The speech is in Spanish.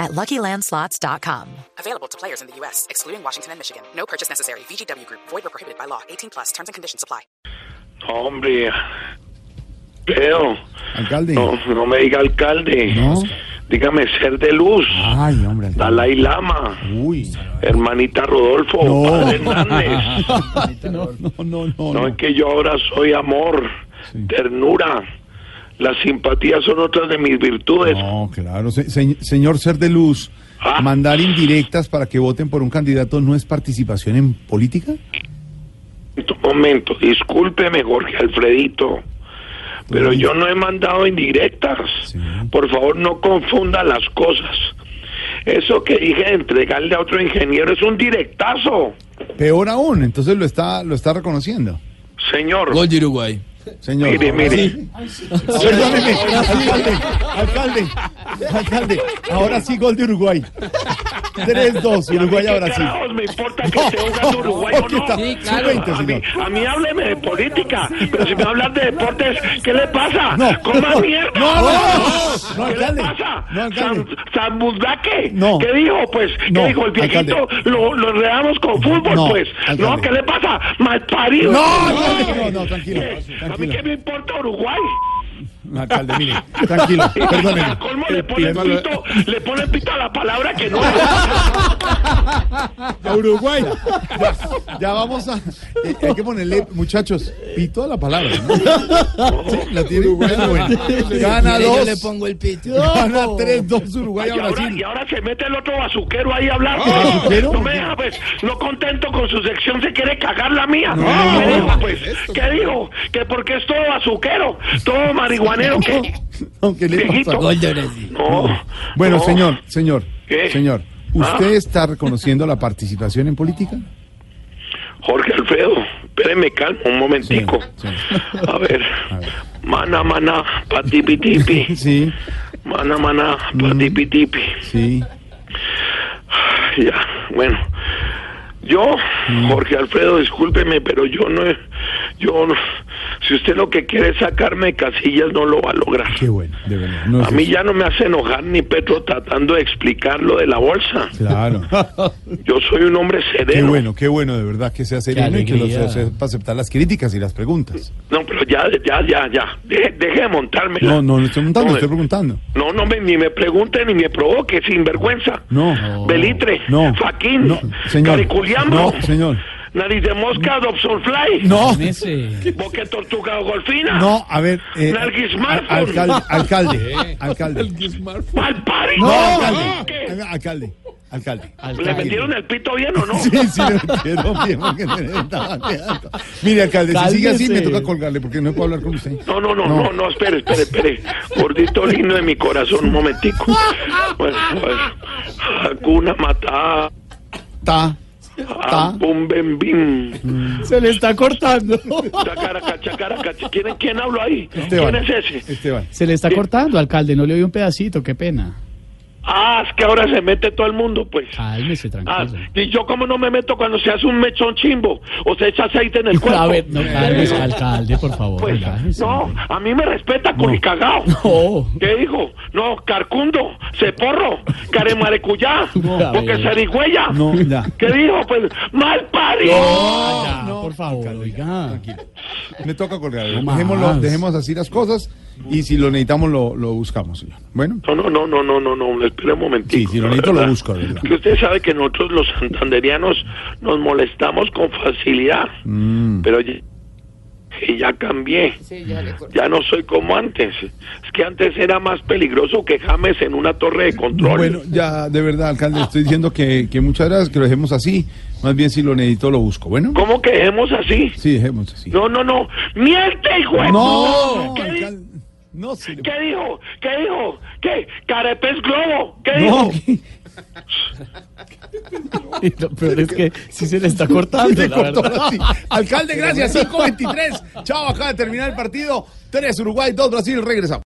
at luckylandslots.com. Available to players in the U.S., excluding Washington and Michigan. No purchase necessary. VGW Group, void or prohibited by law. 18 plus terms and conditions apply. Hombre, veo. Alcalde. No, no me diga alcalde. No. Dígame ser de luz. Ay, hombre. alcalde. Dalai Lama. Uy. Eh, Hermanita Rodolfo. No. Padre Hernández. No, no, no, no. No no. es que yo ahora soy amor, ternura. Las simpatías son otras de mis virtudes. No, claro. Se- se- señor Ser de Luz, Ah. mandar indirectas para que voten por un candidato no es participación en política. Un momento, discúlpeme Jorge Alfredito, pero yo no he mandado indirectas. Sí. Por favor, no confunda las cosas. Eso que dije de entregarle a otro ingeniero es un directazo, Peor aún, entonces lo está, lo está reconociendo. señor. Gol de Uruguay. Señor. Mire, mire. Perdóneme, alcalde, alcalde, alcalde. Ahora sí, gol de Uruguay. 3-2, Uruguay ¿Qué a Brasil. carajos me importa que esté jugando Uruguay o Aquí está, no? Sí, claro. sub-veinte, a, mí, señor. a mí hábleme de política, pero si me hablan de deportes, ¿qué le pasa? No. ¡Coma No, mierda! no, no, no, ¿Qué le alcalde. pasa? No, alcalde. San, San Mundaque, No. ¿Qué dijo? Pues, ¿qué No, dijo? El alcalde. viejito lo, lo enredamos con fútbol, No, pues. No, alcalde. ¿qué le pasa? ¡Mal parido! No, alcalde, no, no, tranquilo, Eh, ¿A mí tranquilo. qué me importa Uruguay? Alcalde, mire, tranquilo, perdóneme. Al colmo le ponen pito, le ponen pito a la palabra que no es. A Uruguay. Ya, ya vamos a. eh, hay que ponerle, muchachos, pito a la palabra. ¿no? Sí, la tiene Uruguay. Gana Mire, Yo le dos. pongo el pito. Gana tres, dos Uruguay a Y ahora, y Brasil. Ah, ahora se mete el otro bazuquero ahí a hablar. ¿Bazuquero? No me deja, pues. No contento con su sección, se quiere cagar la mía. ¿Qué dijo, pues? ¿Qué dijo? Que porque es todo bazuquero, todo marihuanero. ¿qué? Oh, Aunque le Viejito. pasa. Gol de Brasil. No. Bueno, no. señor, señor, ¿Qué? Ah. señor. ¿Usted está reconociendo la participación en política? Jorge Alfredo, espéreme calmo un momentico. Sí, A ver. ver. Mana, mana, patipi tipi. Sí, Mana, mana, patipi tipi. sí. Ya, bueno. Yo, Mm. Jorge Alfredo, discúlpeme, pero yo no, he- yo no, si usted lo que quiere es sacarme de casillas, no lo va a lograr. Qué bueno, de verdad. No A sé mí si- ya no me hace enojar ni Petro tratando de explicar lo de la bolsa. Claro. Yo soy un hombre Qué sereno. bueno, qué bueno, de verdad, que sea sereno y que los alegría. sepa aceptar las críticas y las preguntas. No, pero ya, ya, ya, ya. Deje, deje de montarme. No, no, no estoy preguntando, No, estoy preguntando. No, no, me- ni me pregunte ni me provoque, sinvergüenza. No. Belitre. No. Faquín. No, señor. Cariculiambro. No, señor. Nariz de mosca, Dobson Fly. No, Boque tortuga o golfina. no, a ver. eh, Nalguis Marfon. al- alcalde, alcalde, alcalde. Malparido. No, ¿Qué? alcalde. Alcalde, alcalde. ¿Le metieron el pito bien o no? Sí, sí, me quiero bien porque me estaba quedando. Mire, alcalde, si sigue así me toca colgarle porque no puedo hablar con usted. No, no, no, no, no, espere, espere, espere. Gordito lindo de mi corazón, un momentico. Bueno, pues, Hakuna Matata, Ta, Ta. Bum Bem Bim. Se le está cortando. Chacaraca, chacaraca. ¿Quién, ¿Quién habló ahí? ¿Quién Esteban. es ese? Esteban. Se le está cortando, alcalde. No le oí un pedacito, qué pena. Ah, es que ahora se mete todo el mundo, pues. Cálmese, Ah, tranquilo. y yo como no me meto cuando se hace un mechón chimbo o se echa aceite en el cuerpo. A ver, no, cálmese, alcalde, por favor. Pues, relájese, no, hombre. a mí me respeta con el cagao. No. ¿Qué dijo? No, carcundo, ceporro, caremarecuyá, No. porque zarigüeya. No, ya. ¿Qué dijo? Pues, mal parido. Ya, por favor, oiga. Me toca colgarle. más. Dejémoslo, dejemos así las cosas y si lo necesitamos lo, lo buscamos, señor. Bueno. No, no, no, no, no, no, no, espere un momentito. Sí, si lo la necesito, lo verdad. busco, la verdad. Que usted sabe que nosotros los santanderianos nos molestamos con facilidad, Mm. pero ya, que ya cambié. ya no soy como antes. Es que antes era más peligroso que James en una torre de control. Bueno, ya, de verdad, alcalde, estoy diciendo que, que muchas gracias, que lo dejemos así. Más bien, si lo necesito, lo busco. Bueno. ¿Cómo que dejemos así? Sí, dejemos así. No, no, no. ¡Miente, hijo! de- no, ¿Qué, di- alcalde, no, se le- qué dijo? ¿Qué dijo? ¿Qué? ¿Carepes Globo? ¿Qué No, dijo? ¿qué, Y lo peor es que sí se le está cortando, Se la cortó verdad. así. Alcalde, gracias. 5-23. Chao, acaba de terminar el partido. 3 Uruguay, 2 Brasil. Regresamos.